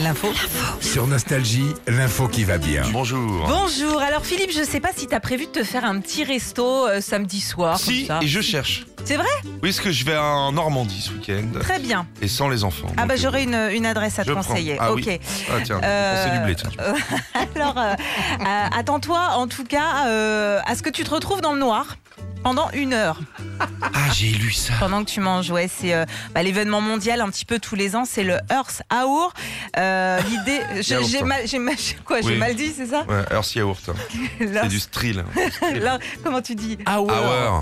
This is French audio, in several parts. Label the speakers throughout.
Speaker 1: L'info.
Speaker 2: Sur Nostalgie, l'info qui va bien.
Speaker 3: Bonjour.
Speaker 1: Bonjour. Alors Philippe, je sais pas si t'as prévu de te faire un petit resto euh, samedi soir. comme
Speaker 3: Si,
Speaker 1: ça.
Speaker 3: et je cherche.
Speaker 1: C'est vrai
Speaker 3: Oui, parce que je vais en Normandie ce week-end
Speaker 1: Très bien.
Speaker 3: et sans les enfants.
Speaker 1: Ah
Speaker 3: Donc,
Speaker 1: bah
Speaker 3: euh,
Speaker 1: j'aurais une, une adresse à te
Speaker 3: je prends.
Speaker 1: conseiller.
Speaker 3: Ah
Speaker 1: ok.
Speaker 3: oui. Ah tiens,
Speaker 1: Euh,
Speaker 3: c'est du blé. tiens.
Speaker 1: Alors euh, euh, attends-toi en tout cas euh, à ce que tu te retrouves dans le noir. Pendant une heure,
Speaker 3: Ah, j'ai lu ça.
Speaker 1: pendant que tu manges, ouais, c'est euh, bah, l'événement mondial un petit peu tous les ans, c'est le Earth Hour. Euh, L'idée, j'ai
Speaker 3: Yaourt.
Speaker 1: j'ai mal, j'ai mal, quoi, j'ai
Speaker 3: Oui.
Speaker 1: mal dit, c'est ça
Speaker 3: Ouais, Earth Yaourt. hein. C'est du strill.
Speaker 1: Là, comment tu dis
Speaker 3: Hour.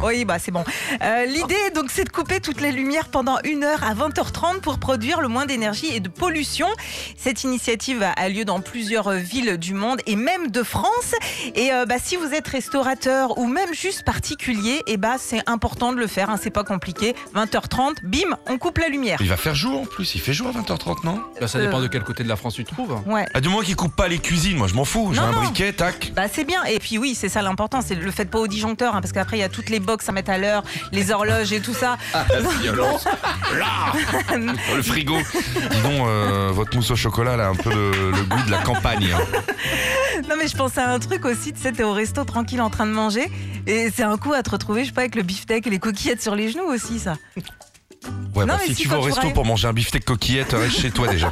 Speaker 1: Oui, bah c'est bon. Euh, L'idée, donc, c'est de couper toutes les lumières pendant une heure à 20h30 pour produire le moins d'énergie et de pollution. Cette initiative a- a lieu dans plusieurs euh, villes du monde et même de France. Et euh, bah, si vous êtes restaurateur ou même juste particulier, et bah c'est important de le faire. hein, c'est pas compliqué. 20h30, bim, on coupe la lumière.
Speaker 3: Il va faire jour en plus, il fait jour à 20h30, non
Speaker 4: Bah, ça
Speaker 1: Euh.
Speaker 4: dépend de quel côté de la France tu te trouves.
Speaker 1: Ouais.
Speaker 3: Ah, du moins qu'il coupe pas les cuisines, moi je m'en fous. J'ai
Speaker 1: Non,
Speaker 3: un
Speaker 1: non.
Speaker 3: briquet, tac.
Speaker 1: Bah c'est bien et puis oui c'est ça l'important c'est le faites pas au disjoncteur hein, parce qu'après il y a toutes les box à mettre à l'heure les horloges et tout ça
Speaker 3: Violence. Là Oh, Le frigo. Dis donc, euh, votre mousse au chocolat, elle a un peu le, le goût de la campagne. hein.
Speaker 1: Non mais je pensais à un truc aussi, tu sais, t'es au resto tranquille en train de manger et c'est un coup à te retrouver, je sais pas, avec le beefsteak et les coquillettes sur les genoux aussi ça.
Speaker 3: Ouais,
Speaker 1: Non,
Speaker 3: bah
Speaker 1: mais
Speaker 3: si,
Speaker 1: si,
Speaker 3: tu
Speaker 1: quand
Speaker 3: vas au
Speaker 1: tu
Speaker 3: resto
Speaker 1: pourras-
Speaker 3: pour manger un beefsteak coquillette, reste chez toi déjà.